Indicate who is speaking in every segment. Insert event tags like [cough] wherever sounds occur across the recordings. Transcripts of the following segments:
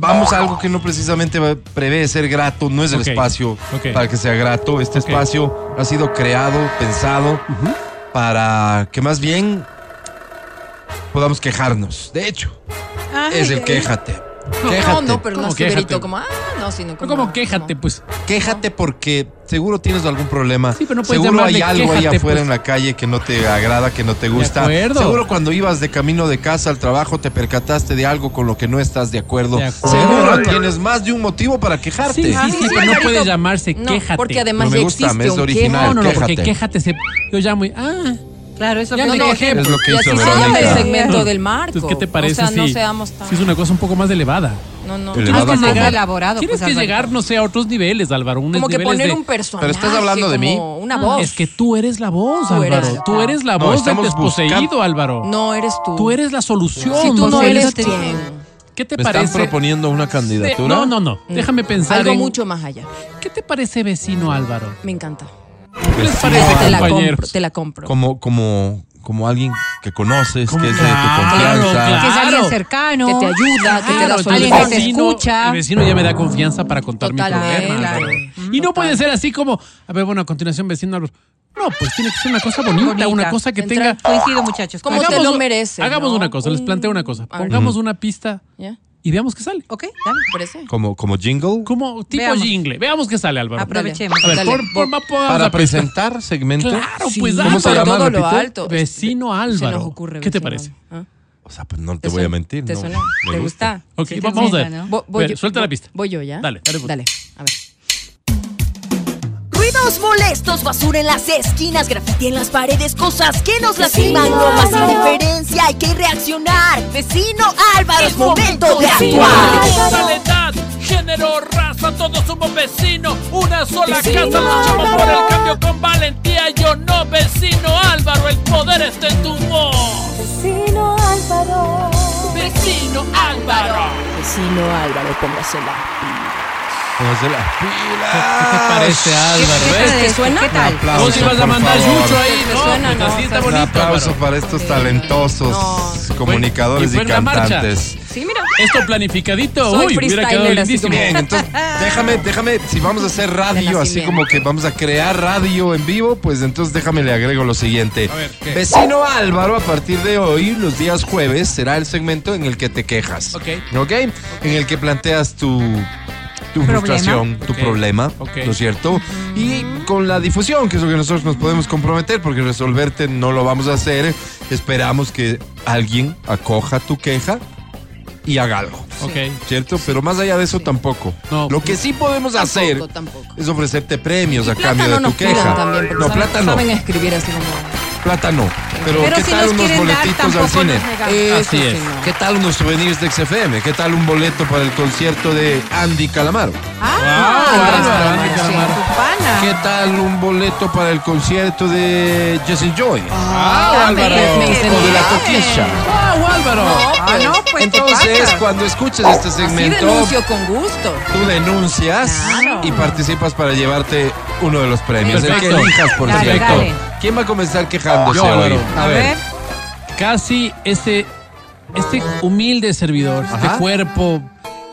Speaker 1: vamos a algo que no precisamente va- prevé ser grato, no es el
Speaker 2: Ok,
Speaker 1: espacio
Speaker 2: ok.
Speaker 1: para que sea grato. Este
Speaker 2: Ok.
Speaker 1: espacio ha sido creado, pensado, para que más bien podamos quejarnos. De hecho,
Speaker 3: Ay,
Speaker 1: es el
Speaker 3: ay.
Speaker 1: quéjate.
Speaker 3: No,
Speaker 1: Quéjate.
Speaker 3: no, pero no
Speaker 2: ¿Cómo
Speaker 3: es un grito
Speaker 2: quéjate?
Speaker 3: como, ah, no, sino
Speaker 2: No
Speaker 3: como.
Speaker 2: como quéjate, pues.
Speaker 1: Quéjate porque seguro tienes algún problema.
Speaker 2: Sí, pero no puedes
Speaker 1: seguro hay
Speaker 2: llamarle
Speaker 1: algo ahí
Speaker 2: quéjate,
Speaker 1: afuera
Speaker 2: pues.
Speaker 1: en la calle que no te agrada, que no te gusta.
Speaker 2: acuerdo.
Speaker 1: Seguro cuando ibas de camino de casa al trabajo te percataste de algo con lo que no estás de acuerdo.
Speaker 2: De acuerdo.
Speaker 1: Seguro tienes más de un motivo para quejarte.
Speaker 2: Sí, sí,
Speaker 3: Ah,
Speaker 2: sí,
Speaker 3: sí,
Speaker 2: pero no
Speaker 3: Marito.
Speaker 2: puede llamarse
Speaker 3: No,
Speaker 2: quéjate.
Speaker 3: porque además
Speaker 1: Pero me
Speaker 3: ya
Speaker 1: gusta, me
Speaker 3: existe
Speaker 1: es
Speaker 3: un
Speaker 1: original.
Speaker 3: quejo.
Speaker 2: No, no, no, porque
Speaker 1: quéjate.
Speaker 2: quéjate se. Yo llamo y. Ah,
Speaker 4: Claro, eso
Speaker 2: ya
Speaker 4: que
Speaker 2: me
Speaker 4: no-
Speaker 2: quejé.
Speaker 1: Es lo que
Speaker 3: Y así
Speaker 1: hizo
Speaker 3: se llama el
Speaker 1: Verónica.
Speaker 3: segmento del marco.
Speaker 2: Entonces, ¿Qué te parece
Speaker 3: O sea,
Speaker 2: si,
Speaker 3: no seamos tan.
Speaker 2: si es una cosa un poco más elevada?
Speaker 3: No, no.
Speaker 1: Elevada
Speaker 3: Algo
Speaker 4: Algo más
Speaker 1: como-
Speaker 3: como-
Speaker 4: elaborado.
Speaker 2: Tienes
Speaker 4: pues,
Speaker 2: que
Speaker 4: Alberto.
Speaker 2: llegar, no sé, a otros niveles, Álvaro. Unos
Speaker 3: Como que
Speaker 2: niveles
Speaker 3: poner
Speaker 2: de-
Speaker 3: un personaje.
Speaker 1: estás hablando de mí.
Speaker 3: como Una voz.
Speaker 2: Es que tú eres la voz,
Speaker 3: Tú
Speaker 2: Álvaro.
Speaker 3: eres-
Speaker 2: tú eres la
Speaker 1: No,
Speaker 2: voz del
Speaker 1: estamos
Speaker 2: desposeído,
Speaker 1: buscando-
Speaker 2: Álvaro.
Speaker 3: No eres tú.
Speaker 2: Tú eres la solución.
Speaker 3: Si tú no
Speaker 4: José,
Speaker 3: eres
Speaker 4: eso te
Speaker 3: tú.
Speaker 4: dije.
Speaker 2: ¿Qué te
Speaker 1: ¿Me
Speaker 2: parece?
Speaker 1: están proponiendo una candidatura?
Speaker 2: No, no, no. Déjame pensar
Speaker 3: Mm. Algo
Speaker 2: en...
Speaker 3: mucho más allá.
Speaker 2: ¿Qué te parece vecino, Álvaro?
Speaker 3: Me encanta.
Speaker 2: ¿Qué les
Speaker 1: Vecino,
Speaker 2: parece,
Speaker 3: Te la compro.
Speaker 2: compañeros?
Speaker 3: Te la compro.
Speaker 1: Como, como, como alguien que conoces,
Speaker 2: Como-
Speaker 1: que es de tu
Speaker 2: Claro,
Speaker 1: confianza.
Speaker 2: claro.
Speaker 4: Que es alguien
Speaker 2: Claro.
Speaker 4: cercano.
Speaker 3: Que te ayuda, Ah, que te da
Speaker 2: Claro,
Speaker 3: solución.
Speaker 2: entonces
Speaker 4: Alguien
Speaker 2: el
Speaker 4: que te escucha.
Speaker 2: El vecino ya me da confianza para contar mi
Speaker 3: Totalmente,
Speaker 2: problema.
Speaker 3: claro.
Speaker 2: Álvaro. Y no puede ser así como, a ver, bueno, a continuación, vecino Álvaro. No, pues tiene que ser una cosa bonita,
Speaker 4: Bonita.
Speaker 2: una cosa que tenga.
Speaker 3: Entrar-
Speaker 4: Coincido, muchachos.
Speaker 3: Como te
Speaker 4: coincido.
Speaker 3: lo mereces,
Speaker 2: Hagamos
Speaker 3: ¿no?
Speaker 2: una cosa, les
Speaker 3: Un-
Speaker 2: planteo una cosa.
Speaker 3: a ver.
Speaker 2: Pongamos una pista
Speaker 3: ¿Ya?
Speaker 2: y veamos qué sale.
Speaker 4: Ok, dale.
Speaker 3: ¿Parece?
Speaker 1: Como, como jingle.
Speaker 2: Como tipo
Speaker 4: Veamos.
Speaker 2: jingle. Veamos qué sale, Álvaro.
Speaker 4: Aprovechemos.
Speaker 2: A ver,
Speaker 3: Dale.
Speaker 2: por, por, por,
Speaker 1: Para
Speaker 2: la presión.
Speaker 1: presentar segmento.
Speaker 2: Claro,
Speaker 3: Sí,
Speaker 2: pues
Speaker 1: ¿Cómo se
Speaker 3: por
Speaker 2: Álvaro.
Speaker 1: llama?
Speaker 3: todo lo
Speaker 1: Repite.
Speaker 3: alto.
Speaker 2: Vecino
Speaker 3: Se
Speaker 2: Álvaro.
Speaker 3: nos ocurre.
Speaker 2: ¿Qué te
Speaker 3: vecino
Speaker 2: parece?
Speaker 3: Álvaro. ¿Ah?
Speaker 1: O sea, pues no te
Speaker 3: ¿Te
Speaker 1: voy a
Speaker 3: suena?
Speaker 1: mentir.
Speaker 3: ¿Te
Speaker 1: no.
Speaker 3: suena?
Speaker 1: Me
Speaker 3: ¿Te
Speaker 1: gusta.
Speaker 3: gusta?
Speaker 2: Ok,
Speaker 4: Sí, te
Speaker 2: vamos a
Speaker 4: gusta,
Speaker 2: ver.
Speaker 4: ¿no?
Speaker 3: Vo- voy
Speaker 2: Ver,
Speaker 3: yo-
Speaker 2: suelta la
Speaker 3: vo-
Speaker 2: pista.
Speaker 3: Voy yo ya.
Speaker 2: Dale, dale, pues.
Speaker 3: Dale. A ver.
Speaker 5: Ruidos molestos, basura en las esquinas, grafiti en las paredes, cosas que nos lastiman, normas sin diferencia, hay que reaccionar. Vecino Álvaro, es momento de actuar.
Speaker 6: Nacionalidad, género, raza, todos somos vecinos. Una sola casa, luchamos por el cambio con valentía. Yo no, vecino Álvaro, el poder está en tu voz.
Speaker 5: Vecino Álvaro.
Speaker 6: Vecino Álvaro.
Speaker 3: Vecino Álvaro, póngase la.
Speaker 1: Póngase las pilas.
Speaker 2: ¿Qué te parece, Álvaro?
Speaker 3: ¿Ves
Speaker 2: eh?
Speaker 3: que suena?
Speaker 4: ¿Qué tal?
Speaker 1: Aplausos,
Speaker 2: Vos ibas a
Speaker 1: por
Speaker 2: mandar
Speaker 1: favor.
Speaker 2: Yucho ahí,
Speaker 3: Te
Speaker 2: ¿no?
Speaker 3: suena,
Speaker 2: Pues
Speaker 3: ¿no?
Speaker 2: así está
Speaker 1: Un
Speaker 3: Un
Speaker 2: bonito,
Speaker 1: aplauso
Speaker 2: Álvaro.
Speaker 1: para estos talentosos
Speaker 3: No.
Speaker 1: comunicadores
Speaker 2: Y
Speaker 1: y
Speaker 2: fue en la marcha.
Speaker 1: cantantes.
Speaker 3: Sí, mira.
Speaker 2: Esto planificadito,
Speaker 3: Soy
Speaker 2: uy, hubiera quedado
Speaker 3: freestyler, así
Speaker 2: lindísimo.
Speaker 3: como-
Speaker 1: Bien, entonces déjame, déjame, si vamos a hacer radio, así
Speaker 3: nacimiento.
Speaker 1: como que vamos a crear radio en vivo, pues entonces déjame le agrego lo siguiente.
Speaker 2: A ver, ¿qué?
Speaker 1: Vecino Álvaro, a partir de hoy, los días jueves, será el segmento en el que te quejas.
Speaker 2: Ok.
Speaker 1: ¿Ok? En el que planteas tu... Tu
Speaker 4: Problema.
Speaker 1: frustración, tu
Speaker 2: Ok.
Speaker 1: problema,
Speaker 2: Ok.
Speaker 1: ¿no es cierto? Y con la difusión, que es lo que nosotros nos podemos comprometer, porque resolverte no lo vamos a hacer. Esperamos que alguien acoja tu queja y haga algo.
Speaker 2: Ok.
Speaker 1: ¿Cierto? Pero más allá de eso tampoco.
Speaker 2: No.
Speaker 1: Lo que sí podemos hacer
Speaker 3: Tampoco, tampoco.
Speaker 1: es ofrecerte premios a
Speaker 3: Plata
Speaker 1: cambio de
Speaker 3: no
Speaker 1: tu
Speaker 3: nos cuidan
Speaker 1: queja.
Speaker 3: También, porque
Speaker 1: no,
Speaker 3: saben,
Speaker 1: plata no,
Speaker 3: Saben escribir así como.
Speaker 1: plata no. Pero,
Speaker 4: Pero
Speaker 1: ¿qué
Speaker 4: si
Speaker 1: tal
Speaker 4: nos
Speaker 1: unos
Speaker 4: quieren dar,
Speaker 1: boletitos al
Speaker 4: tampoco
Speaker 1: cine?
Speaker 4: nos negamos.
Speaker 3: Eso
Speaker 2: Así
Speaker 3: sí
Speaker 2: es.
Speaker 3: no.
Speaker 1: ¿Qué tal unos souvenirs de XFM? ¿Qué tal un boleto para el concierto de Andy Calamaro?
Speaker 4: Ah,
Speaker 2: Álvaro,
Speaker 4: sí,
Speaker 2: Álvaro.
Speaker 4: tu pana.
Speaker 1: ¿Qué tal un boleto para el concierto de Jesse Joy?
Speaker 3: Ah, me- me
Speaker 1: o de la
Speaker 3: incendiaron.
Speaker 1: Toquilla.
Speaker 2: ¡Wow, Álvaro!
Speaker 4: Ah, no, pues te
Speaker 1: Entonces,
Speaker 4: pasa.
Speaker 1: cuando escuches este
Speaker 3: Así
Speaker 1: segmento,
Speaker 3: denuncio con gusto.
Speaker 1: Tú denuncias
Speaker 4: Claro.
Speaker 1: y participas para llevarte uno de los premios. El
Speaker 2: Perfecto.
Speaker 1: que elijas, por
Speaker 4: Dale,
Speaker 1: cierto.
Speaker 4: dale.
Speaker 1: ¿Quién va a comenzar quejándose
Speaker 2: Yo,
Speaker 1: hoy?
Speaker 2: Álvaro.
Speaker 4: A ver,
Speaker 2: Casi este, este humilde servidor,
Speaker 1: Ajá.
Speaker 2: este cuerpo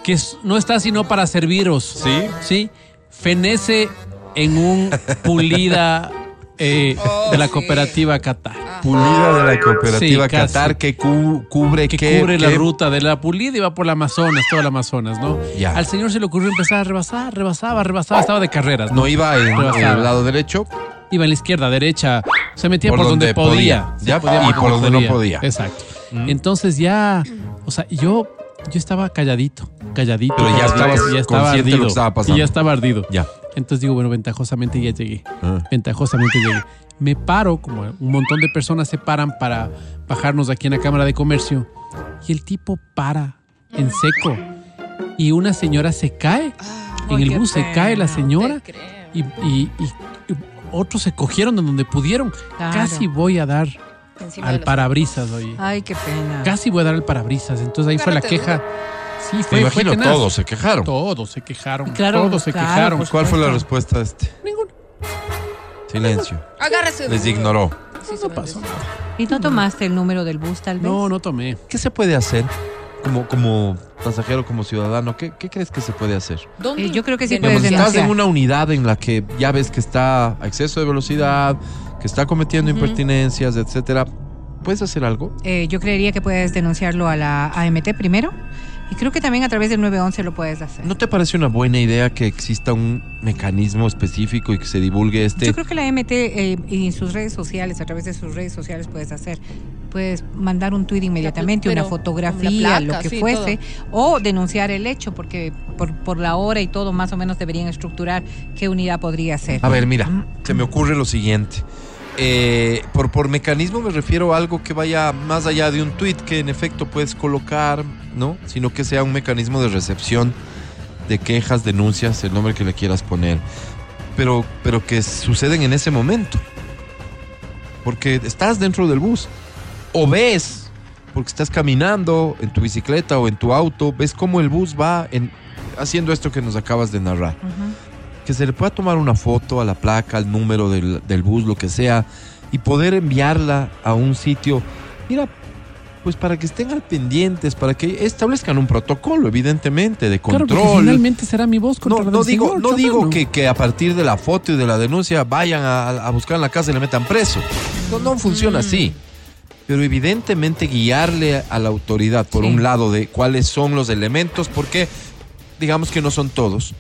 Speaker 2: que es- no está sino para serviros,
Speaker 1: ¿Sí?
Speaker 2: ¿sí? Fenece en un
Speaker 1: [laughs]
Speaker 2: pulida eh, de la cooperativa Qatar.
Speaker 1: Pulida de la cooperativa
Speaker 2: Sí, casi.
Speaker 1: Qatar que cu- cubre
Speaker 2: que
Speaker 1: qué-
Speaker 2: cubre la
Speaker 1: qué-
Speaker 2: ruta de la Pulida y va por la Amazonas, todo el Amazonas, ¿no?
Speaker 1: Ya.
Speaker 2: Al señor se le ocurrió empezar a rebasar, rebasaba, rebasaba, estaba de carreras.
Speaker 1: No iba en
Speaker 2: Pero
Speaker 1: el
Speaker 2: sabe.
Speaker 1: lado derecho.
Speaker 2: Iba en la izquierda, derecha, se metía
Speaker 1: Por
Speaker 2: por, donde,
Speaker 1: donde
Speaker 2: podía.
Speaker 1: podía.
Speaker 2: Sí,
Speaker 1: Ya, y por donde no podía. Mm.
Speaker 2: Exacto. Entonces ya, o sea, yo, yo estaba calladito, calladito.
Speaker 1: Pero ya
Speaker 2: calladito,
Speaker 1: estabas
Speaker 2: y
Speaker 1: consciente de lo que estaba pasando.
Speaker 2: Y ya estaba ardido.
Speaker 1: Ya. Ah.
Speaker 2: Entonces digo, bueno, ventajosamente ya llegué. Ventajosamente llegué. Me paro, como un montón de personas se paran para bajarnos aquí en la Cámara de Comercio. Y el tipo para en seco. Y una señora se cae. en el bus se cae la señora. Y, y- y- y otros se cogieron de donde pudieron.
Speaker 4: Claro.
Speaker 2: Casi voy a dar
Speaker 3: Encima de
Speaker 2: al
Speaker 3: los-
Speaker 2: parabrisas, oye.
Speaker 4: Ay, qué pena.
Speaker 2: Casi voy a dar al parabrisas. Entonces ahí fue la queja. Sí,
Speaker 1: Me
Speaker 2: fue, fue
Speaker 1: imagino
Speaker 2: tenaz.
Speaker 1: todos se quejaron.
Speaker 2: Todos se quejaron.
Speaker 4: Claro,
Speaker 2: todos se
Speaker 4: claro,
Speaker 2: quejaron.
Speaker 4: por
Speaker 1: ¿Cuál fue la respuesta a este?
Speaker 2: Ninguna.
Speaker 1: Silencio.
Speaker 3: Agárrese.
Speaker 1: Les ignoró.
Speaker 3: Sí,
Speaker 2: No pasó Eh, nada.
Speaker 4: ¿Y no tomaste el número del bus, tal vez?
Speaker 2: No, no tomé.
Speaker 1: ¿Qué se puede hacer como, como pasajero, como ciudadano, ¿qué, qué crees que se puede hacer?
Speaker 3: ¿Dónde?
Speaker 4: Eh, yo creo que sí
Speaker 1: Digamos,
Speaker 3: Tenemos
Speaker 4: puedes
Speaker 3: que-
Speaker 1: estás
Speaker 4: denunciar.
Speaker 1: en una unidad en la que ya ves que está a exceso de velocidad, que está cometiendo
Speaker 3: Ujú.
Speaker 1: impertinencias, etcétera. ¿Puedes hacer algo?
Speaker 4: Eh, yo creería que puedes denunciarlo a la AMT primero. Y creo que también a través del 911 lo puedes hacer.
Speaker 1: ¿No te parece una buena idea que exista un mecanismo específico y que se divulgue este?
Speaker 4: Yo creo que la AMT eh, y en sus redes sociales, a través de sus redes sociales puedes hacer. Puedes mandar un tuit inmediatamente,
Speaker 3: pero
Speaker 4: una
Speaker 3: con la
Speaker 4: fotografía,
Speaker 3: placa,
Speaker 4: lo que
Speaker 3: sí,
Speaker 4: fuese, o denunciar el hecho, porque por, por la hora y todo más o menos deberían estructurar qué unidad podría ser.
Speaker 1: A ver, mira, se me ocurre lo siguiente. Eh, por, por mecanismo me refiero a algo que vaya más allá de un tweet que en efecto puedes colocar, ¿no? Sino que sea un mecanismo de recepción de quejas, denuncias, el nombre que le quieras poner. Pero, pero que suceden en ese momento. Porque estás dentro del bus. O ves, porque estás caminando en tu bicicleta o en tu auto, ves cómo el bus va en- haciendo esto que nos acabas de narrar
Speaker 4: Ujú.
Speaker 1: que se le pueda tomar una foto a la placa, al número del, del bus, lo que sea, y poder enviarla a un sitio. Mira, pues para que estén al pendientes, para que establezcan un protocolo, evidentemente, de
Speaker 2: Claro,
Speaker 1: control.
Speaker 2: porque finalmente será mi voz
Speaker 1: no,
Speaker 2: contra la
Speaker 1: no
Speaker 2: del
Speaker 1: digo,
Speaker 2: señor,
Speaker 1: no digo
Speaker 2: Chotano.
Speaker 1: que, que a partir de la foto y de la denuncia vayan a, a buscar en la casa y le metan preso. No, no funciona así. Pero evidentemente guiarle a la autoridad, por
Speaker 4: Sí.
Speaker 1: un lado, de cuáles son los elementos, porque digamos que no son todos.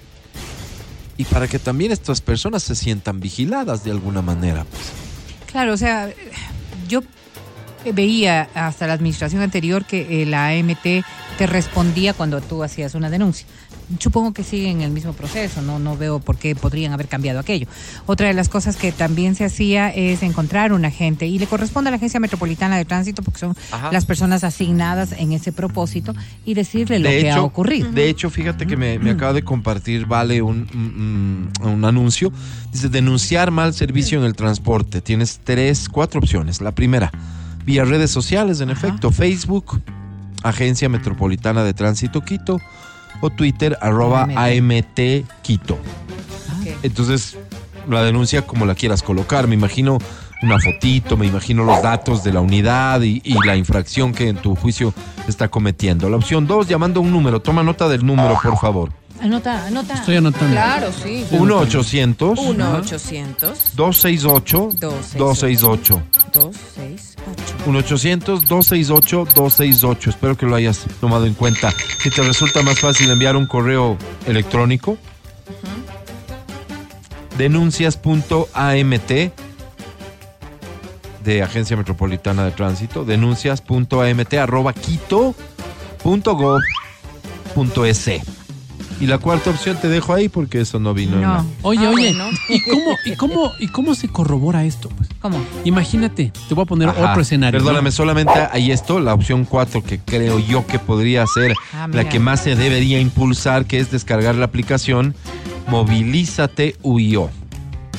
Speaker 1: Y para que también estas personas se sientan vigiladas de alguna manera. pues.
Speaker 4: Claro, o sea, yo veía hasta la administración anterior que eh, la AMT te respondía cuando tú hacías una denuncia. Supongo que siguen el mismo proceso, no, no veo por qué podrían haber cambiado aquello. Otra de las cosas que también se hacía es encontrar un agente y le corresponde a la Agencia Metropolitana de Tránsito porque son
Speaker 1: Ajá.
Speaker 4: las personas asignadas en ese propósito y decirle lo
Speaker 1: De
Speaker 4: que ha
Speaker 1: hecho,
Speaker 4: ocurrido.
Speaker 1: De hecho, fíjate que me, me acaba de compartir, vale, un, un- un anuncio. Dice, denunciar mal servicio en el transporte. Tienes tres, cuatro opciones. La primera, vía redes sociales, en
Speaker 4: Ajá.
Speaker 1: efecto, Facebook, Agencia Metropolitana de Tránsito Quito o Twitter, arroba AMT Quito. Entonces, la denuncia como la quieras colocar, me imagino una fotito, me imagino los datos de la unidad y, y la infracción que en tu juicio está cometiendo. La opción 2, llamando a un número, toma nota del número, por favor.
Speaker 4: Anota, anota.
Speaker 2: Estoy anotando.
Speaker 3: Claro, sí.
Speaker 1: 1-800.
Speaker 3: 1-800.
Speaker 1: 268 268
Speaker 3: 268.
Speaker 1: 1-800-268-268. Espero que lo hayas tomado en cuenta. Si te resulta más fácil enviar un correo electrónico, denuncias.amt de Agencia Metropolitana de Tránsito, denuncias.amt arroba quito.gov.es. Y la cuarta opción te dejo ahí porque eso no vino. en la-
Speaker 4: No,
Speaker 2: Oye,
Speaker 3: Ah,
Speaker 2: oye,
Speaker 3: bueno.
Speaker 2: ¿y, cómo, y, cómo, ¿y cómo se corrobora esto? pues?
Speaker 4: ¿cómo?
Speaker 2: Imagínate, te voy a poner
Speaker 1: Ajá.
Speaker 2: otro escenario. ¿no?
Speaker 1: Perdóname, solamente ahí esto, la opción 4, que creo yo que podría ser
Speaker 4: Ah,
Speaker 1: la
Speaker 4: mira.
Speaker 1: que más se debería impulsar, que es descargar la aplicación Movilízate UIO.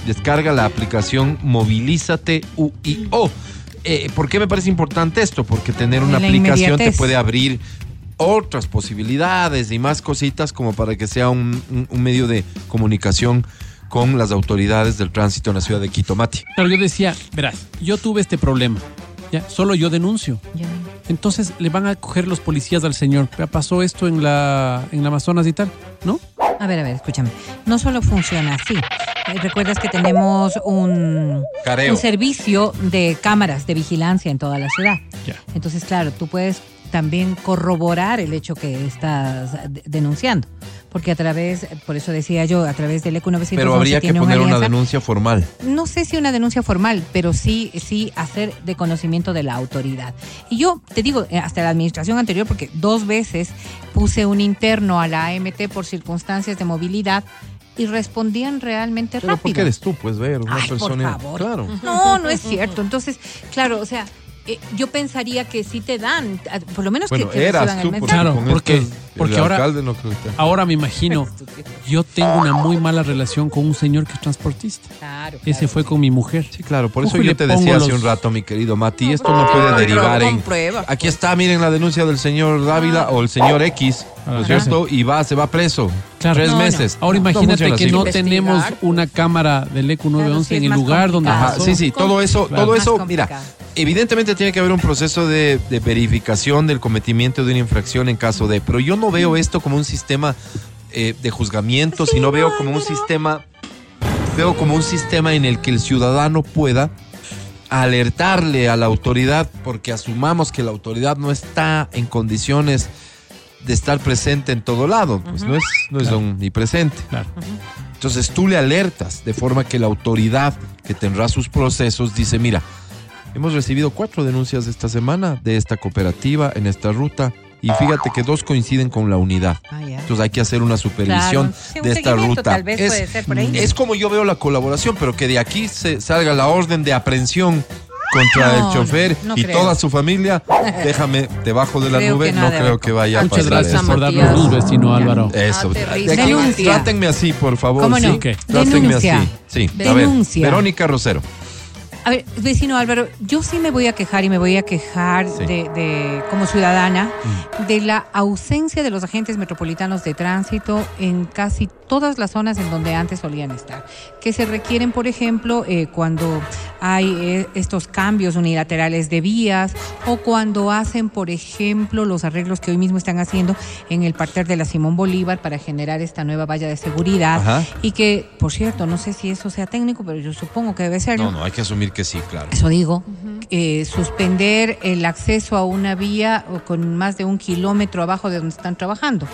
Speaker 1: Descarga la aplicación Movilízate UIO. Eh, ¿Por qué me parece importante esto? Porque tener una
Speaker 4: La
Speaker 1: aplicación te
Speaker 4: inmediatez.
Speaker 1: puede abrir otras posibilidades y más cositas como para que sea un, un- un medio de comunicación con las autoridades del tránsito en la ciudad de Quito, Mati.
Speaker 2: Claro, yo decía, verás, yo tuve este problema. Ya, solo yo denuncio.
Speaker 4: Ya.
Speaker 2: Entonces le van a coger los policías al señor. Ya pasó esto en la, en la Amazonas y tal, ¿no?
Speaker 4: A ver, a ver, escúchame. No solo funciona así. Eh, Recuerdas que tenemos un,
Speaker 1: Careo.
Speaker 4: un servicio de cámaras de vigilancia en toda la ciudad.
Speaker 2: Ya.
Speaker 4: Entonces, claro, tú puedes también corroborar el hecho que estás de- denunciando. Porque a través, por eso decía yo, a través del E ECU 911
Speaker 1: Pero habría que
Speaker 4: tiene
Speaker 1: poner una
Speaker 4: alianza.
Speaker 1: denuncia formal.
Speaker 4: No sé si una denuncia formal, pero sí, sí hacer de conocimiento de la autoridad. Y yo te digo, eh, hasta la administración anterior, porque dos veces puse un interno a la AMT por circunstancias de movilidad y respondían realmente
Speaker 1: Pero
Speaker 4: rápido.
Speaker 1: porque eres tú, pues, ver, una
Speaker 4: Ay, por
Speaker 1: persona.
Speaker 4: favor.
Speaker 1: Claro.
Speaker 4: No, no es cierto. Entonces, claro, o sea, eh, yo pensaría que sí te dan, ah, por lo menos que-
Speaker 1: Bueno,
Speaker 4: que,
Speaker 1: eras
Speaker 4: reciban
Speaker 1: tú,
Speaker 4: el
Speaker 1: porque
Speaker 4: mensaje.
Speaker 2: Claro,
Speaker 1: con
Speaker 2: porque-
Speaker 1: esto el
Speaker 2: porque ahora-
Speaker 1: alcalde no creo que-
Speaker 2: Ahora me
Speaker 4: [laughs]
Speaker 2: imagino, yo tengo una muy mala relación con un señor que es transportista.
Speaker 4: Claro,
Speaker 2: Ese
Speaker 4: claro.
Speaker 2: fue con mi mujer.
Speaker 1: Sí, claro, por eso
Speaker 2: Ojo, y
Speaker 1: yo
Speaker 2: le
Speaker 1: te
Speaker 2: pongo
Speaker 1: decía hace
Speaker 2: los-
Speaker 1: un rato, mi querido Mati, esto no puede
Speaker 3: pero
Speaker 1: derivar
Speaker 3: con
Speaker 1: en...
Speaker 3: pruebas,
Speaker 1: Aquí está, miren la denuncia del señor Dávila o el señor X, ¿no
Speaker 2: Ajá.
Speaker 1: es cierto? Y va, se va preso.
Speaker 2: Claro.
Speaker 1: Tres
Speaker 4: Ah, No, no.
Speaker 1: meses.
Speaker 2: Ahora
Speaker 1: No
Speaker 2: imagínate
Speaker 1: funciona
Speaker 2: que
Speaker 1: así,
Speaker 2: no
Speaker 1: pues.
Speaker 2: tenemos
Speaker 3: Investigar, pues.
Speaker 2: una cámara del E ECU 911
Speaker 4: Claro, sí, es
Speaker 2: en el
Speaker 4: más
Speaker 2: lugar donde
Speaker 4: complicado.
Speaker 1: Ajá,
Speaker 2: pasó.
Speaker 1: sí, sí, todo eso,
Speaker 2: Claro.
Speaker 1: todo eso,
Speaker 4: Más
Speaker 1: mira,
Speaker 4: complicado.
Speaker 1: evidentemente tiene que haber un proceso de, de verificación del cometimiento de una infracción en caso de, pero yo no veo esto como un sistema eh, de juzgamiento, sino veo como un sistema, veo como un sistema en el que el ciudadano pueda alertarle a la autoridad, porque asumamos que la autoridad no está en condiciones de estar presente en todo lado, pues no es, no es
Speaker 2: Claro.
Speaker 1: omnipresente.
Speaker 2: Claro.
Speaker 1: Entonces tú le alertas de forma que la autoridad que tendrá sus procesos dice, mira, hemos recibido cuatro denuncias esta semana de esta cooperativa en esta ruta y fíjate que dos coinciden con la unidad.
Speaker 4: Ah, ya.
Speaker 1: Entonces hay que hacer una supervisión
Speaker 4: Claro. Sí, un
Speaker 1: de esta
Speaker 4: seguimiento
Speaker 1: ruta.
Speaker 4: tal vez
Speaker 1: es,
Speaker 4: puede ser por ahí.
Speaker 1: es como yo veo la colaboración, pero que de aquí se salga la orden de aprehensión contra
Speaker 4: No,
Speaker 1: el chofer
Speaker 4: no, no
Speaker 1: y
Speaker 4: creo.
Speaker 1: toda su
Speaker 4: [laughs]
Speaker 1: familia, déjame debajo de la
Speaker 4: Creo
Speaker 1: nube,
Speaker 4: que
Speaker 1: no
Speaker 4: nada.
Speaker 1: creo que vaya a pasar
Speaker 2: Muchas gracias
Speaker 1: eso.
Speaker 2: por darnos
Speaker 4: Matías.
Speaker 2: luz, vecino
Speaker 4: Ya.
Speaker 2: Álvaro.
Speaker 1: Eso.
Speaker 3: Aterriza.
Speaker 1: De aquí,
Speaker 4: Denuncia.
Speaker 1: Trátenme así, por favor.
Speaker 4: ¿Cómo no?
Speaker 1: ¿sí?
Speaker 2: Ok.
Speaker 1: Trátenme
Speaker 4: Denuncia.
Speaker 1: así. Sí. A ver,
Speaker 4: Denuncia.
Speaker 1: Verónica Rosero.
Speaker 4: A ver, vecino Álvaro, yo sí me voy a quejar y me voy a quejar
Speaker 1: Sí. Mm.
Speaker 4: de, de- como ciudadana de la ausencia de los agentes metropolitanos de tránsito en casi todas las zonas en donde antes solían estar, que se requieren, por ejemplo, eh, cuando hay eh, estos cambios unilaterales de vías o cuando hacen, por ejemplo, los arreglos que hoy mismo están haciendo en el parter de la Simón Bolívar para generar esta nueva valla de seguridad
Speaker 1: Ajá.
Speaker 4: y que, por cierto, no sé si eso sea técnico, pero yo supongo que debe serlo.
Speaker 1: No, no, hay que asumir que sí, claro.
Speaker 4: Eso digo, eh, suspender el acceso a una vía o con más de un kilómetro abajo de donde están trabajando,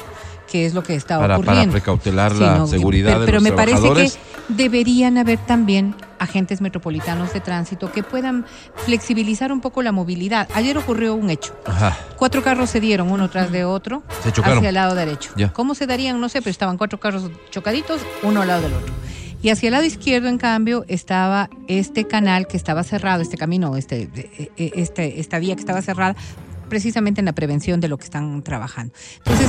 Speaker 4: que es lo que está
Speaker 1: Para, para
Speaker 4: ocurriendo.
Speaker 1: precautelar
Speaker 4: Sí,
Speaker 1: la
Speaker 4: no,
Speaker 1: seguridad
Speaker 4: pero,
Speaker 1: de
Speaker 4: pero
Speaker 1: los
Speaker 4: me parece que
Speaker 1: trabajadores.
Speaker 4: deberían haber también agentes metropolitanos de tránsito que puedan flexibilizar un poco la movilidad. Ayer ocurrió un hecho.
Speaker 1: Ajá.
Speaker 4: Cuatro carros se dieron uno tras de otro
Speaker 1: Se chocaron.
Speaker 4: hacia el lado derecho.
Speaker 1: Ya.
Speaker 4: ¿Cómo se darían? No sé, pero estaban cuatro carros chocaditos, uno al lado del otro. Y hacia el lado izquierdo, en cambio, estaba este canal que estaba cerrado, este camino, este, eh, eh, este, esta vía que estaba cerrada, precisamente en la prevención de lo que están trabajando. Entonces,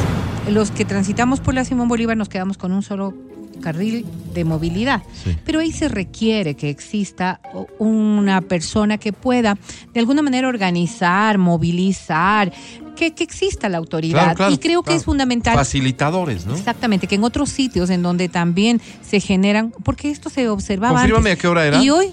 Speaker 4: los que transitamos por la Simón Bolívar nos quedamos con un solo carril de movilidad.
Speaker 1: Sí.
Speaker 4: Pero ahí se requiere que exista o- una persona que pueda de alguna manera organizar, movilizar, que, que exista la autoridad.
Speaker 1: Claro, claro,
Speaker 4: y creo que
Speaker 1: claro.
Speaker 4: es fundamental.
Speaker 1: Facilitadores, ¿no?
Speaker 4: Exactamente, que en otros sitios en donde también se generan, porque esto se observaba
Speaker 1: Confírmame
Speaker 4: antes.
Speaker 1: a qué hora era.
Speaker 4: Y hoy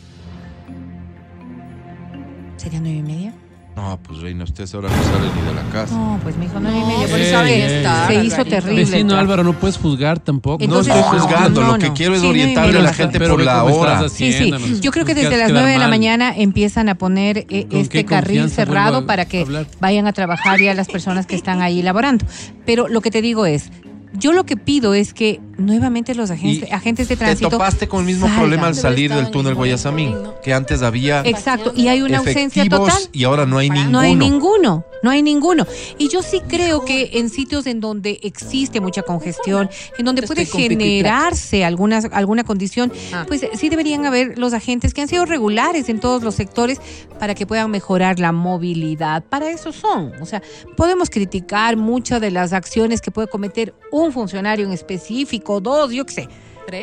Speaker 4: sería nueve y media.
Speaker 1: No, pues Reina, usted ahora no sale ni de la casa.
Speaker 4: No, pues mi hijo nueve y media.
Speaker 2: No,
Speaker 4: por
Speaker 2: ey,
Speaker 4: eso
Speaker 2: ey.
Speaker 4: está. se hizo
Speaker 3: Alvarito.
Speaker 4: terrible. el
Speaker 2: eh, Vecino
Speaker 4: trabajo.
Speaker 2: Álvaro, no puedes juzgar tampoco.
Speaker 1: no
Speaker 4: Entonces,
Speaker 1: estoy
Speaker 4: no,
Speaker 1: juzgando,
Speaker 4: no,
Speaker 1: lo que
Speaker 4: no.
Speaker 1: quiero es
Speaker 4: Sí, no,
Speaker 1: orientarle a
Speaker 4: pero
Speaker 1: la
Speaker 4: está-
Speaker 1: gente
Speaker 2: pero
Speaker 1: por
Speaker 2: ve
Speaker 1: la
Speaker 2: cómo estás
Speaker 1: hora.
Speaker 2: así.
Speaker 4: Sí, sí.
Speaker 2: Haciéndonos.
Speaker 4: Yo creo que
Speaker 2: Nos
Speaker 4: desde
Speaker 2: quedas
Speaker 4: las
Speaker 2: quedar
Speaker 4: 9 de la
Speaker 2: mal.
Speaker 4: mañana empiezan a poner eh,
Speaker 2: ¿Con qué
Speaker 4: este carril
Speaker 2: confianza vuelvo
Speaker 4: cerrado
Speaker 2: a
Speaker 4: para que
Speaker 2: hablar?
Speaker 4: vayan a trabajar ya las personas que están ahí laborando. Pero lo que te digo es, yo lo que pido es que nuevamente los agen-
Speaker 1: Y
Speaker 4: agentes de
Speaker 1: Te
Speaker 4: tránsito
Speaker 1: topaste con el mismo
Speaker 4: salgan.
Speaker 1: problema al
Speaker 3: Pero
Speaker 1: salir del
Speaker 3: estaban
Speaker 1: túnel
Speaker 3: en
Speaker 1: Guayasamín,
Speaker 3: Guayasamín, ¿no?
Speaker 1: que antes había
Speaker 4: Exacto, y hay una ausencia
Speaker 1: efectivos
Speaker 4: total.
Speaker 1: y ahora no hay ninguno.
Speaker 4: No hay ninguno, no hay ninguno. Y yo sí creo que en sitios en donde existe mucha congestión, en donde
Speaker 3: Yo
Speaker 4: puede
Speaker 3: estoy con Pitu y Trax.
Speaker 4: generarse alguna, alguna condición,
Speaker 3: Ah.
Speaker 4: pues sí deberían haber los agentes que han sido regulares en todos los sectores para que puedan mejorar la movilidad. Para eso son. O sea, podemos criticar muchas de las acciones que puede cometer un funcionario en específico, dos, yo qué sé.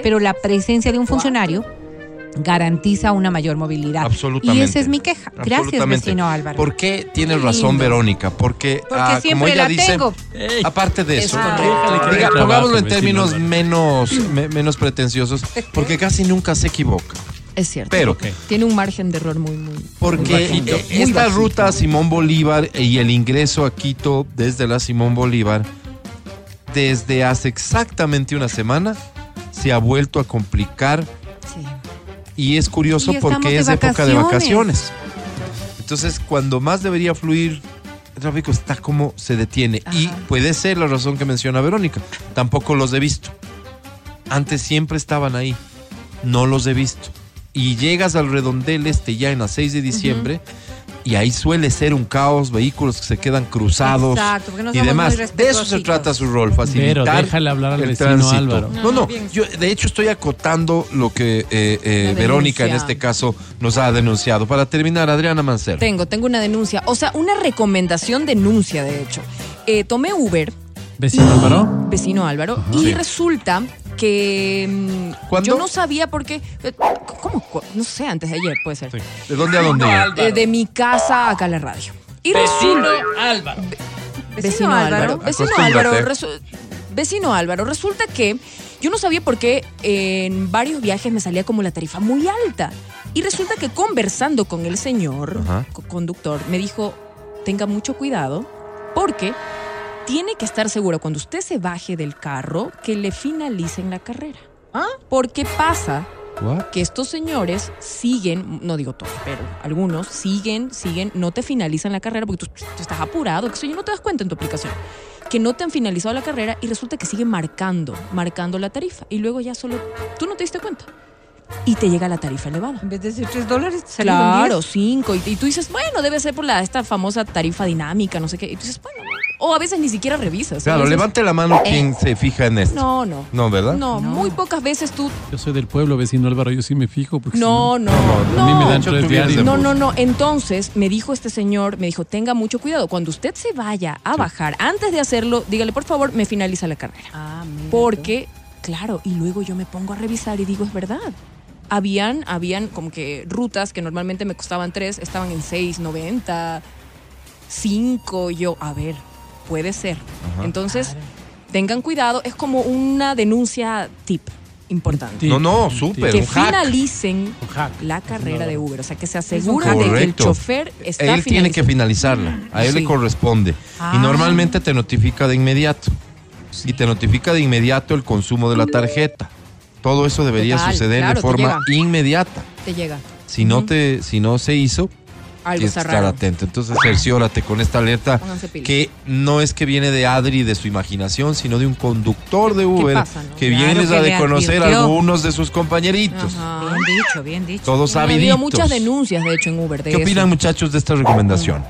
Speaker 4: Pero la presencia de un funcionario garantiza una mayor movilidad.
Speaker 1: Absolutamente.
Speaker 4: Y esa es mi queja. Gracias,
Speaker 1: Absolutamente.
Speaker 4: vecino Álvaro.
Speaker 1: ¿Por qué tienes razón, Verónica? Porque,
Speaker 4: Porque
Speaker 1: ah, como
Speaker 4: siempre
Speaker 1: ella
Speaker 4: la
Speaker 1: dice,
Speaker 4: tengo.
Speaker 1: aparte de eso,
Speaker 3: correcto.
Speaker 2: Déjale que
Speaker 1: diga,
Speaker 2: trabaje,
Speaker 1: pongámoslo en
Speaker 2: vecino
Speaker 1: términos
Speaker 2: Álvaro.
Speaker 1: menos, me- menos pretenciosos, porque casi nunca se equivoca.
Speaker 3: Es cierto.
Speaker 1: Pero,
Speaker 3: Tiene un margen de error muy, muy.
Speaker 1: porque
Speaker 3: muy bajito,
Speaker 1: eh,
Speaker 3: muy
Speaker 1: esta
Speaker 3: bajito.
Speaker 1: ruta a Simón Bolívar y el ingreso a Quito desde la Simón Bolívar, desde hace exactamente una semana, se ha vuelto a complicar
Speaker 3: Sí.
Speaker 1: Y es curioso
Speaker 4: Y estamos
Speaker 1: porque
Speaker 4: de
Speaker 1: es época de vacaciones.
Speaker 4: vacaciones.
Speaker 1: Entonces, cuando más debería fluir el tráfico, está como se detiene. Y
Speaker 3: Ajá.
Speaker 1: puede ser la razón que menciona Verónica. Tampoco los he visto. Antes siempre estaban ahí. No los he visto. Y llegas al redondel este ya en la 6 de diciembre. Y ahí suele ser un caos, vehículos que se quedan cruzados
Speaker 4: Exacto, porque no
Speaker 1: y
Speaker 4: somos muy
Speaker 1: demás. De eso se
Speaker 4: respetuositos.
Speaker 1: trata su rol,
Speaker 2: Pero
Speaker 1: facilitar
Speaker 2: déjale hablar al
Speaker 1: el
Speaker 2: vecino
Speaker 1: tránsito.
Speaker 2: Álvaro.
Speaker 1: No, no, yo de hecho estoy acotando lo que eh, eh,
Speaker 3: La
Speaker 1: Verónica en
Speaker 3: denuncia.
Speaker 1: este caso nos ha denunciado. Para terminar, Adriana Mancero.
Speaker 3: Tengo, tengo una denuncia. O sea, una recomendación denuncia, de hecho. Eh, tomé Uber,
Speaker 2: Vecino Álvaro.
Speaker 3: vecino Álvaro, y
Speaker 1: Sí.
Speaker 3: resulta que mm,
Speaker 1: ¿Cuándo?
Speaker 3: yo no sabía por qué. eh, ¿Cómo? cu- No sé, antes de ayer puede ser.
Speaker 1: ¿De dónde a dónde?
Speaker 3: Eh, de mi casa acá a la radio. Y
Speaker 6: Vecino
Speaker 3: resulta.
Speaker 6: Álvaro.
Speaker 3: Vecino Álvaro. Vecino
Speaker 1: Acostúmbrate.
Speaker 3: Álvaro. resu- Vecino Álvaro, resulta que yo no sabía por qué en varios viajes me salía como la tarifa muy alta. Y resulta que conversando con el señor
Speaker 1: Ajá.
Speaker 3: co- conductor, me dijo, tenga mucho cuidado porque tiene que estar seguro cuando usted se baje del carro que le finalicen la carrera. ¿Ah? Porque pasa
Speaker 1: What?
Speaker 3: que estos señores siguen, no digo todos, pero algunos siguen, siguen, no te finalizan la carrera porque tú, tú estás apurado, que eso yo no te das cuenta en tu aplicación, que no te han finalizado la carrera y resulta que siguen marcando, marcando la tarifa y luego ya solo tú no te diste cuenta y te llega la tarifa elevada.
Speaker 4: En vez de ser 3 dólares, salieron
Speaker 3: Claro,
Speaker 4: 10.
Speaker 3: cinco. Y, y tú dices, bueno, debe ser por la, esta famosa tarifa dinámica, no sé qué. Y tú dices, bueno, o a veces ni siquiera revisas.
Speaker 1: Claro,
Speaker 3: Entonces,
Speaker 1: levante la mano quien se fija en esto.
Speaker 3: Eh. No, no.
Speaker 1: No, ¿verdad?
Speaker 3: No, muy pocas veces tú.
Speaker 2: Yo soy del pueblo, vecino Álvaro, yo sí me fijo. Porque
Speaker 3: No,
Speaker 2: si
Speaker 3: no,
Speaker 2: a mí
Speaker 3: no.
Speaker 2: me dan
Speaker 1: Yo
Speaker 2: tres
Speaker 1: tuviera ese-
Speaker 2: diarios.
Speaker 3: No, no, no. Entonces me dijo este señor, me dijo, tenga mucho cuidado. Cuando usted se vaya a bajar, antes de hacerlo, dígale, por favor, me finaliza la carrera.
Speaker 4: Ah, mira tú.
Speaker 3: Porque, claro, y luego yo me pongo a revisar y digo, es verdad. Habían, habían como que rutas que normalmente me costaban tres, estaban en 6.90, 5, yo, a ver, puede ser.
Speaker 1: Ajá.
Speaker 3: Entonces, tengan cuidado, es como una denuncia tip importante.
Speaker 2: Sí.
Speaker 1: No, no,
Speaker 2: Sí.
Speaker 1: súper.
Speaker 3: Que
Speaker 1: un hack.
Speaker 3: finalicen
Speaker 2: Un hack.
Speaker 3: la carrera de Uber. O sea, que se
Speaker 1: Es
Speaker 3: asegura
Speaker 1: un
Speaker 3: de que el
Speaker 1: Correcto.
Speaker 3: chofer está
Speaker 1: él tiene que
Speaker 3: finalizando.
Speaker 1: finalizarla, a él le
Speaker 3: Sí.
Speaker 1: corresponde. Y
Speaker 4: Ah.
Speaker 1: normalmente te notifica de inmediato. Y te notifica de inmediato el consumo de la tarjeta. Todo eso debería
Speaker 3: Mm. Total,
Speaker 1: suceder
Speaker 3: claro,
Speaker 1: de
Speaker 3: te
Speaker 1: forma inmediata.
Speaker 3: Te llega.
Speaker 1: Si no te, si no se hizo, tienes
Speaker 3: Algo
Speaker 1: que
Speaker 3: está
Speaker 1: estar
Speaker 3: raro.
Speaker 1: atento. Entonces cerciórate con esta alerta
Speaker 3: Pónganse pilas.
Speaker 1: que no es que viene de Adri de su imaginación, sino de un conductor de Uber
Speaker 3: pasa, no?
Speaker 1: que
Speaker 4: Claro
Speaker 1: viene
Speaker 4: que
Speaker 1: a de
Speaker 4: le
Speaker 1: conocer a
Speaker 4: advirtió.
Speaker 1: algunos de sus compañeritos.
Speaker 3: Ajá.
Speaker 4: Bien dicho, bien dicho.
Speaker 1: Todos
Speaker 3: Ha habido
Speaker 1: habiditos.
Speaker 3: muchas denuncias, de hecho, en Uber. De
Speaker 1: ¿Qué
Speaker 3: eso.
Speaker 1: opinan muchachos de esta recomendación?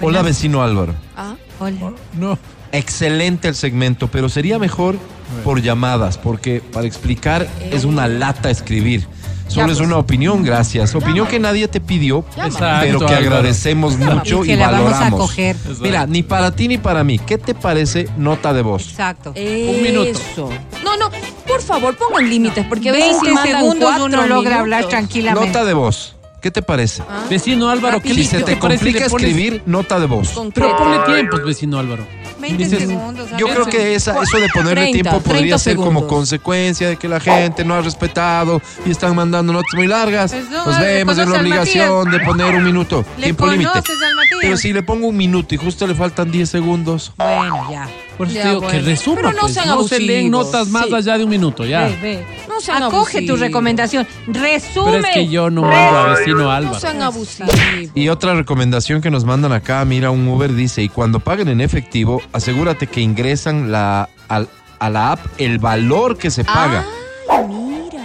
Speaker 1: Hola vecino Álvaro.
Speaker 3: Ah,
Speaker 4: Hola.
Speaker 2: No.
Speaker 1: excelente el segmento, pero sería mejor por llamadas, porque para explicar es una lata escribir. Solo es
Speaker 3: pues.
Speaker 1: una opinión, gracias. Opinión que nadie te pidió,
Speaker 2: Exacto,
Speaker 1: pero que
Speaker 2: Álvaro.
Speaker 1: agradecemos mucho
Speaker 4: Y que
Speaker 1: y
Speaker 4: la vamos a
Speaker 1: valoramos.
Speaker 4: coger.
Speaker 1: Mira, ni para ti ni para mí. ¿Qué te parece nota de voz?
Speaker 4: Exacto.
Speaker 3: eso.
Speaker 2: minuto.
Speaker 3: No, no, por favor, pongan límites, porque a veces
Speaker 4: 20
Speaker 3: sí mandan
Speaker 4: segundos
Speaker 3: cuatro
Speaker 4: uno logra hablar
Speaker 3: minutos.
Speaker 4: tranquilamente.
Speaker 1: Nota de voz. ¿qué te parece?
Speaker 3: Ah,
Speaker 2: Vecino Álvaro, ¿qué
Speaker 3: Si
Speaker 1: Si
Speaker 2: le-
Speaker 1: se
Speaker 2: qué
Speaker 1: te
Speaker 2: parece si le
Speaker 1: complica
Speaker 2: pones-
Speaker 1: escribir, nota de voz.
Speaker 3: Con
Speaker 2: Pero
Speaker 3: que-
Speaker 2: ponle tiempos, vecino Álvaro.
Speaker 4: 20
Speaker 2: Dices,
Speaker 4: segundos. a
Speaker 1: Yo
Speaker 4: ver.
Speaker 1: creo que esa, eso de ponerle
Speaker 3: 30,
Speaker 1: tiempo podría
Speaker 3: 30
Speaker 1: ser como
Speaker 3: segundos.
Speaker 1: consecuencia de que la gente no ha respetado y están mandando notas muy largas.
Speaker 4: Perdón,
Speaker 1: Nos
Speaker 4: Pues le
Speaker 1: vemos en la
Speaker 4: conoces al
Speaker 1: obligación de poner un minuto.
Speaker 4: Le
Speaker 1: Tiempo límite.
Speaker 4: conoces al Matías.
Speaker 1: Pero si le pongo un minuto y justo le faltan 10 segundos.
Speaker 4: Bueno, ya.
Speaker 2: Por eso
Speaker 3: Ya,
Speaker 2: te digo que
Speaker 3: bueno.
Speaker 2: resuma.
Speaker 3: Pero no
Speaker 2: pues,
Speaker 3: sean
Speaker 2: se leen
Speaker 3: abusivos,
Speaker 2: notas más
Speaker 3: sí.
Speaker 2: allá de un minuto, ya.
Speaker 4: Ve, ve.
Speaker 3: No pues sean
Speaker 4: Acoge
Speaker 3: abusivos.
Speaker 4: tu recomendación. Resume.
Speaker 2: Pero es que yo no mando a vecino
Speaker 3: No
Speaker 2: Álvaro.
Speaker 3: sean abusivos.
Speaker 1: Y otra recomendación que nos mandan acá, mira, un Uber dice, y cuando paguen en efectivo, asegúrate que ingresan la, al- a la app el valor que se paga.
Speaker 4: Ah.
Speaker 3: Ay, mira.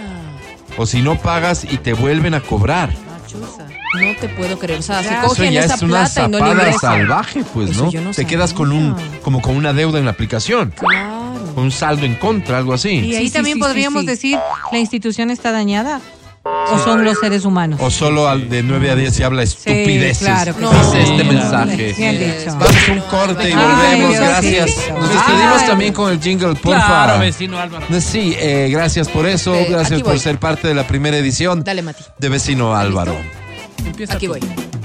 Speaker 1: O si no pagas y te vuelven a cobrar.
Speaker 4: Machuza.
Speaker 3: No te puedo creer. O sea, se
Speaker 4: Eso
Speaker 1: Eso
Speaker 3: cogen
Speaker 1: ya
Speaker 3: esa
Speaker 1: es una
Speaker 3: plata y no le
Speaker 1: zapada
Speaker 3: ingresan.
Speaker 1: salvaje, pues,
Speaker 3: Eso
Speaker 1: ¿no?
Speaker 3: yo no
Speaker 1: Te quedas con un,
Speaker 3: sabía.
Speaker 1: como con una deuda en la aplicación,
Speaker 3: Claro.
Speaker 1: con un saldo en contra, algo así.
Speaker 4: Y ahí
Speaker 3: sí,
Speaker 4: también
Speaker 3: sí, sí,
Speaker 4: podríamos
Speaker 3: sí.
Speaker 4: decir, ¿la institución está dañada? ¿O son los seres humanos?
Speaker 1: O solo al de 9 a 10 se habla
Speaker 4: Sí,
Speaker 1: estupideces.
Speaker 4: claro que
Speaker 1: no.
Speaker 4: sí.
Speaker 1: Dice este
Speaker 2: Sí,
Speaker 1: mensaje.
Speaker 4: Bien dicho.
Speaker 1: Vamos a un corte y
Speaker 4: Ay,
Speaker 1: volvemos,
Speaker 4: Dios
Speaker 1: gracias.
Speaker 4: mío.
Speaker 1: Nos despedimos
Speaker 4: Ay.
Speaker 1: también con el jingle, porfa.
Speaker 2: Claro, vecino Álvaro.
Speaker 1: Sí, eh, gracias por eso,
Speaker 3: Eh,
Speaker 1: gracias
Speaker 3: aquí
Speaker 1: por
Speaker 3: voy.
Speaker 1: ser parte de la primera edición
Speaker 3: Dale, Mati.
Speaker 1: de Vecino Álvaro.
Speaker 2: Empieza
Speaker 3: Aquí
Speaker 2: tú.
Speaker 3: voy.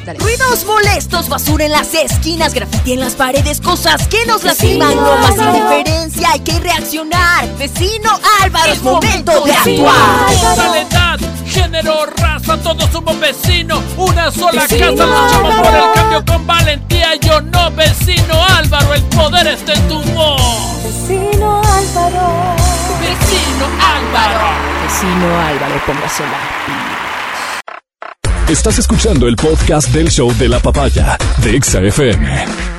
Speaker 3: Dale.
Speaker 5: Ruidos molestos, basura en las esquinas, grafiti en las paredes, cosas que nos lastiman, no más indiferencia, hay que reaccionar. Vecino Álvaro, es momento de actuar.
Speaker 6: Modalidad, género, raza, todos somos vecinos. Una sola casa, luchamos por el cambio con valentía. Yo no, vecino Álvaro, el poder está en tu voz. Vecino Álvaro.
Speaker 5: Vecino Álvaro, póngase
Speaker 7: Estás escuchando el podcast del show de la papaya de Exa FM.